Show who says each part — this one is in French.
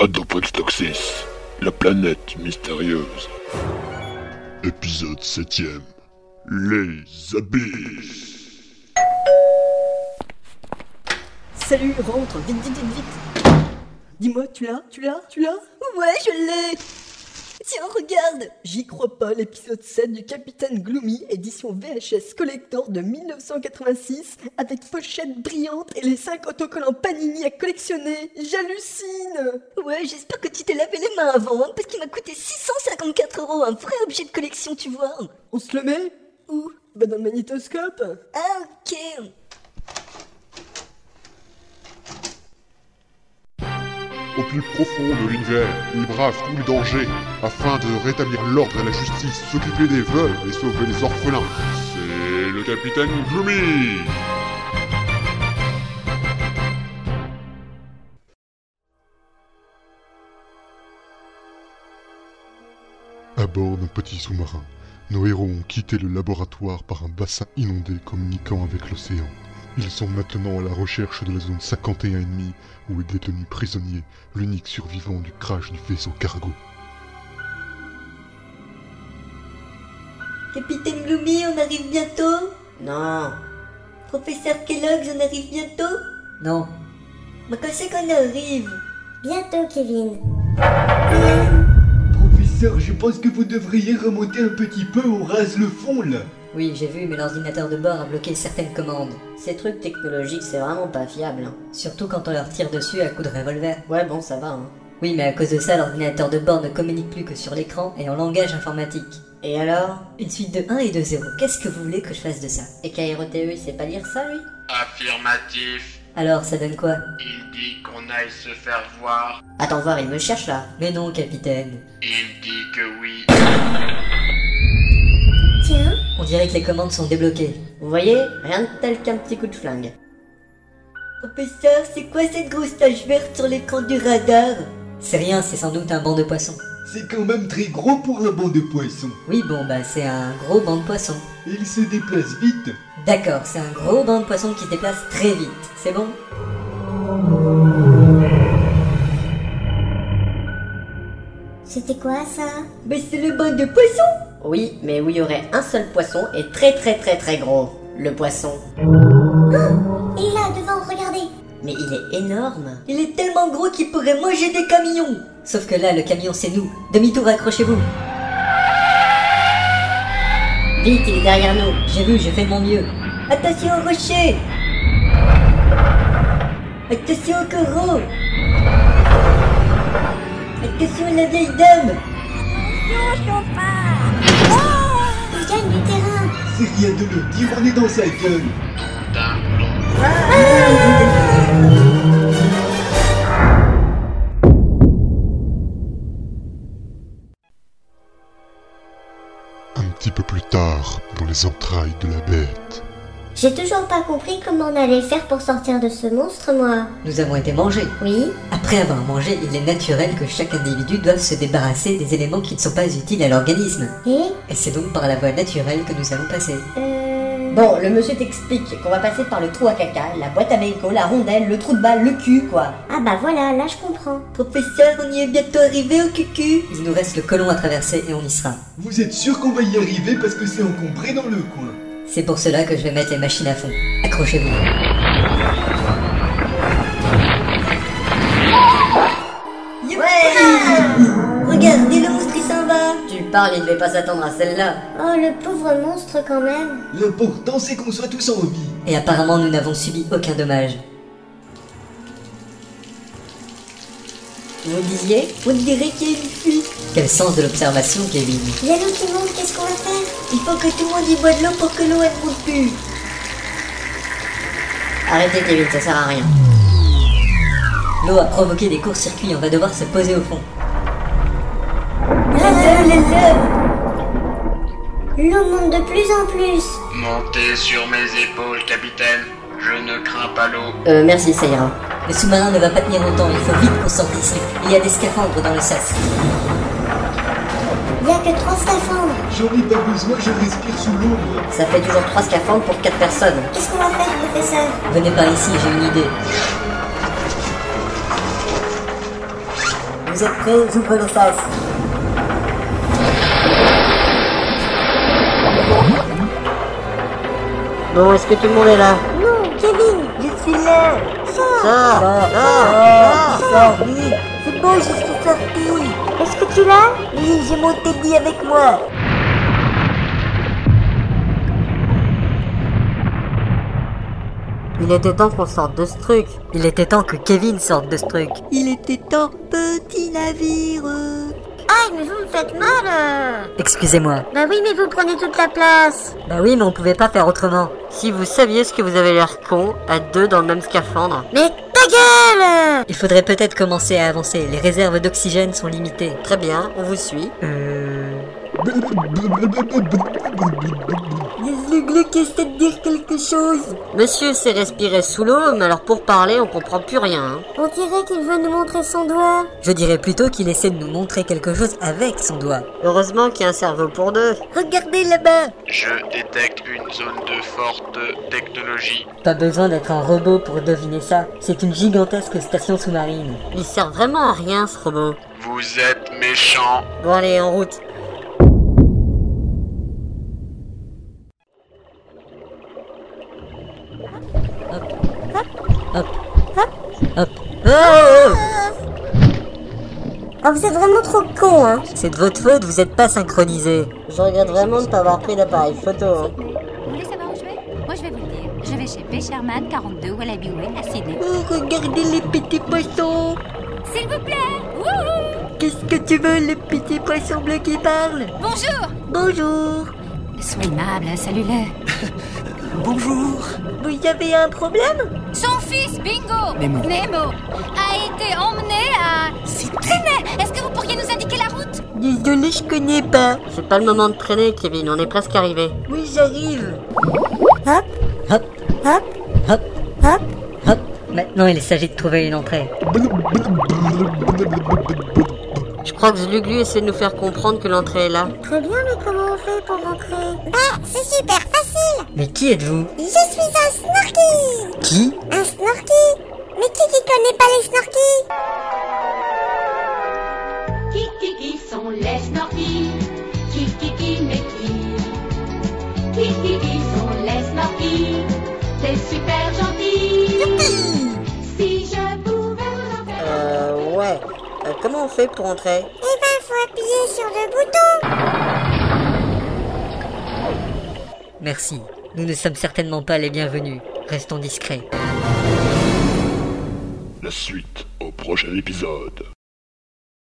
Speaker 1: Adoprex Toxis, la planète mystérieuse. Épisode 7 Les abysses.
Speaker 2: Salut, rentre, vite, vite, vite, vite. Dis-moi, tu l'as, tu l'as, tu l'as
Speaker 3: Ouais, je l'ai Tiens, regarde
Speaker 2: J'y crois pas, l'épisode 7 du Capitaine Gloomy, édition VHS Collector de 1986, avec pochette brillante et les 5 autocollants Panini à collectionner. J'hallucine
Speaker 3: Ouais, j'espère que tu t'es lavé les mains avant, hein, parce qu'il m'a coûté 654 euros, un vrai objet de collection, tu vois
Speaker 2: On se le met
Speaker 3: Où
Speaker 2: Bah dans le magnétoscope
Speaker 3: Ah, ok
Speaker 4: au plus profond de l'univers. Ils bravent tous les dangers afin de rétablir l'ordre et la justice, s'occuper des veuves et sauver les orphelins. C'est le capitaine Gloomy À bord d'un petit sous-marin, nos héros ont quitté le laboratoire par un bassin inondé communiquant avec l'océan. Ils sont maintenant à la recherche de la zone 51 ennemie où est détenu prisonnier l'unique survivant du crash du vaisseau cargo.
Speaker 3: Capitaine Gloomy, on arrive bientôt
Speaker 5: Non,
Speaker 3: Professeur Kellogg, on arrive bientôt
Speaker 5: non,
Speaker 6: Bah,
Speaker 3: Mais quand c'est qu'on arrive
Speaker 6: Bientôt, Kevin.
Speaker 7: Professeur, je pense que vous devriez remonter un petit peu, on rase le fond là.
Speaker 5: oui j'ai vu mais l'ordinateur de bord a bloqué certaines commandes.
Speaker 6: Ces trucs technologiques, c'est vraiment pas fiable. hein.
Speaker 5: Surtout quand on leur tire dessus à coups de revolver.
Speaker 6: Ouais, bon, ça va. Hein.
Speaker 5: Oui mais à cause de ça l'ordinateur de bord ne communique plus que sur l'écran et en langage informatique.
Speaker 6: Et alors
Speaker 5: Une suite de 1 et de 0, qu'est-ce que vous voulez que je fasse de ça
Speaker 6: Et KROTE, E, il sait pas lire ça, lui
Speaker 8: Affirmatif,
Speaker 5: Alors ça donne quoi
Speaker 8: il dit qu'on aille se faire voir.
Speaker 6: Attends voir, il me cherche là.
Speaker 5: Mais non capitaine.
Speaker 8: Il dit que oui.
Speaker 6: Tiens
Speaker 5: On dirait que les commandes sont débloquées.
Speaker 6: Vous voyez Rien de tel qu'un petit coup de flingue.
Speaker 3: Professeur, c'est quoi cette grosse tache verte sur l'écran du radar
Speaker 5: C'est rien, c'est sans doute un banc de poissons.
Speaker 7: C'est quand même très gros pour un banc de poissons.
Speaker 5: Oui bon bah c'est un gros banc de poissons.
Speaker 7: Il se déplace vite.
Speaker 5: D'accord, c'est un gros banc de poissons qui se déplace très vite, c'est bon
Speaker 6: C'était quoi, ça
Speaker 3: Mais c'est le bain de poisson
Speaker 6: Oui, mais où il y aurait un seul poisson et très très très très gros. Le poisson.
Speaker 9: Oh, Il est là devant, regardez.
Speaker 6: Mais il est énorme.
Speaker 3: Il est tellement gros qu'il pourrait manger des camions
Speaker 5: Sauf que là le camion c'est nous. Demi-tour accrochez-vous
Speaker 6: Vite, il est derrière nous.
Speaker 5: J'ai vu, j'ai fait de mon mieux.
Speaker 3: Attention au rocher Attention au coraux Attention à la vieille dame
Speaker 9: Il gagne du terrain.
Speaker 7: C'est rien de le dire, on est dans sa gueule.
Speaker 4: Un petit peu plus tard, dans les entrailles de la bête.
Speaker 9: J'ai toujours pas compris comment on allait faire pour sortir de ce monstre, moi.
Speaker 5: Nous avons été mangés.
Speaker 9: Oui
Speaker 5: Après avoir mangé, il est naturel que chaque individu doive se débarrasser des éléments qui ne sont pas utiles à l'organisme.
Speaker 9: Et
Speaker 5: Et c'est donc par la voie naturelle que nous allons passer.
Speaker 9: Euh...
Speaker 6: Bon, le monsieur t'explique qu'on va passer par le trou à caca, la boîte à bacon, la rondelle, le trou de balle, le cul, quoi.
Speaker 9: Ah bah voilà, là je comprends.
Speaker 3: Professeur, on y est bientôt arrivé au cucu
Speaker 5: Il nous reste le colon à traverser et on y sera.
Speaker 7: Vous êtes sûr qu'on va y arriver parce que c'est encombré dans le coin.
Speaker 5: C'est pour cela que je vais mettre les machines à fond. Accrochez-vous.
Speaker 3: Regardez le monstre, il s'en va
Speaker 6: Tu parles, il devait pas s'attendre à celle-là.
Speaker 9: Oh, le pauvre monstre quand même.
Speaker 7: L'important c'est qu'on soit tous en vie.
Speaker 5: Et apparemment, nous n'avons subi aucun dommage.
Speaker 6: Vous disiez
Speaker 3: On dirait qu'il y a une fuite
Speaker 5: Quel sens de l'observation, Kevin
Speaker 9: Il y a l'eau qui monte, qu'est-ce qu'on va faire
Speaker 3: Il faut que tout le monde y boit de l'eau pour que l'eau elle monte plus
Speaker 6: Arrêtez, Kevin, ça sert à rien.
Speaker 5: L'eau a provoqué des courts-circuits, on va devoir se poser au fond.
Speaker 9: L'eau monte de plus en plus.
Speaker 8: Montez sur mes épaules, capitaine. Je ne crains pas l'eau.
Speaker 6: Euh, merci, ça ira.
Speaker 5: Le sous-marin ne va pas tenir longtemps, il faut vite qu'on sorte d'ici. Il y a des scaphandres dans le sas.
Speaker 9: Il y a que trois scaphandres.
Speaker 7: J'en ai pas besoin, je respire sous l'ombre.
Speaker 6: Ça fait toujours trois scaphandres pour quatre personnes.
Speaker 9: Qu'est-ce qu'on va faire, professeur
Speaker 5: Venez par ici, j'ai une idée.
Speaker 6: Vous êtes prêts J'ouvre les sas. Bon, est-ce que tout le monde est là
Speaker 9: Non, Kevin,
Speaker 6: Je suis là
Speaker 9: sors
Speaker 6: Sors Sors Sors Sors vite
Speaker 9: C'est bon, je suis sorti Est-ce que tu l'as
Speaker 6: Oui, j'ai mon Teddy avec moi Il était temps qu'on sorte de ce truc. Il était temps que Kevin sorte de ce truc.
Speaker 3: Il était temps, petit navire.
Speaker 9: Aïe, mais vous me faites mal euh.
Speaker 6: Excusez-moi.
Speaker 9: Bah oui, mais vous prenez toute la place
Speaker 6: Bah oui, mais on pouvait pas faire autrement. Si vous saviez ce que vous avez l'air con, à deux dans le même scaphandre.
Speaker 9: Mais ta gueule
Speaker 5: Il faudrait peut-être commencer à avancer, les réserves d'oxygène sont limitées.
Speaker 6: Très bien, on vous suit.
Speaker 9: Hmm.
Speaker 6: Euh...
Speaker 3: Le glauque essaie de dire quelque chose.
Speaker 6: Monsieur s'est respiré sous l'eau, mais alors pour parler, on comprend plus rien. hein.
Speaker 9: On dirait qu'il veut nous montrer son doigt.
Speaker 5: Je dirais plutôt qu'il essaie de nous montrer quelque chose avec son doigt.
Speaker 6: Heureusement qu'il y a un cerveau pour deux.
Speaker 3: Regardez là-bas.
Speaker 8: Je détecte une zone de forte technologie.
Speaker 5: Pas besoin d'être un robot pour deviner ça, c'est une gigantesque station sous-marine.
Speaker 6: Il sert vraiment à rien, ce robot.
Speaker 8: Vous êtes méchant.
Speaker 6: Bon, allez, en route.
Speaker 5: Hop. Oh
Speaker 9: Oh, vous êtes vraiment trop con, hein
Speaker 5: c'est de votre faute, vous êtes pas synchronisés.
Speaker 6: Je regrette vraiment de ne pas avoir pris l'appareil photo. hein.
Speaker 10: Vous voulez savoir où je vais Moi, je vais vous le dire. Je vais chez B. Sherman, 42 Wallaby Way, à Sydney.
Speaker 3: Oh, regardez les petits poissons.
Speaker 10: S'il vous plaît Wouhou
Speaker 3: Qu'est-ce que tu veux, le petit poisson bleu qui parle
Speaker 10: Bonjour
Speaker 3: Bonjour.
Speaker 10: Sois aimable, salue-le.
Speaker 3: Vous avez un problème
Speaker 10: Son fils, Bingo Nemo, a été emmené à... Sydney Est-ce que vous pourriez nous indiquer la route
Speaker 3: Désolé, je connais pas.
Speaker 6: C'est pas le moment de traîner, Kevin, on est presque arrivé.
Speaker 3: Oui, j'arrive.
Speaker 9: Hop,
Speaker 5: Hop,
Speaker 9: hop,
Speaker 5: hop,
Speaker 9: hop.
Speaker 5: hop. Maintenant, il s'agit de trouver une entrée.
Speaker 6: Je crois que Gluglu essaie de nous faire comprendre que l'entrée est là.
Speaker 9: Très bien, mais comment on fait pour rentrer Bah, c'est super facile
Speaker 5: Mais qui êtes-vous
Speaker 9: Je suis un snorky
Speaker 5: Qui
Speaker 9: Un snorky Mais qui qui connaît pas les snorkies
Speaker 10: Qui, qui, qui sont les snorkies Qui, qui, qui, mais qui Qui, qui, qui sont les snorkies Des super gentils Si je pouvais vous en faire...
Speaker 6: Euh, ouais. Euh, comment on fait pour entrer
Speaker 9: Eh ben, faut appuyer sur le bouton
Speaker 5: Merci. Nous ne sommes certainement pas les bienvenus. Restons discrets.
Speaker 1: La suite au prochain épisode.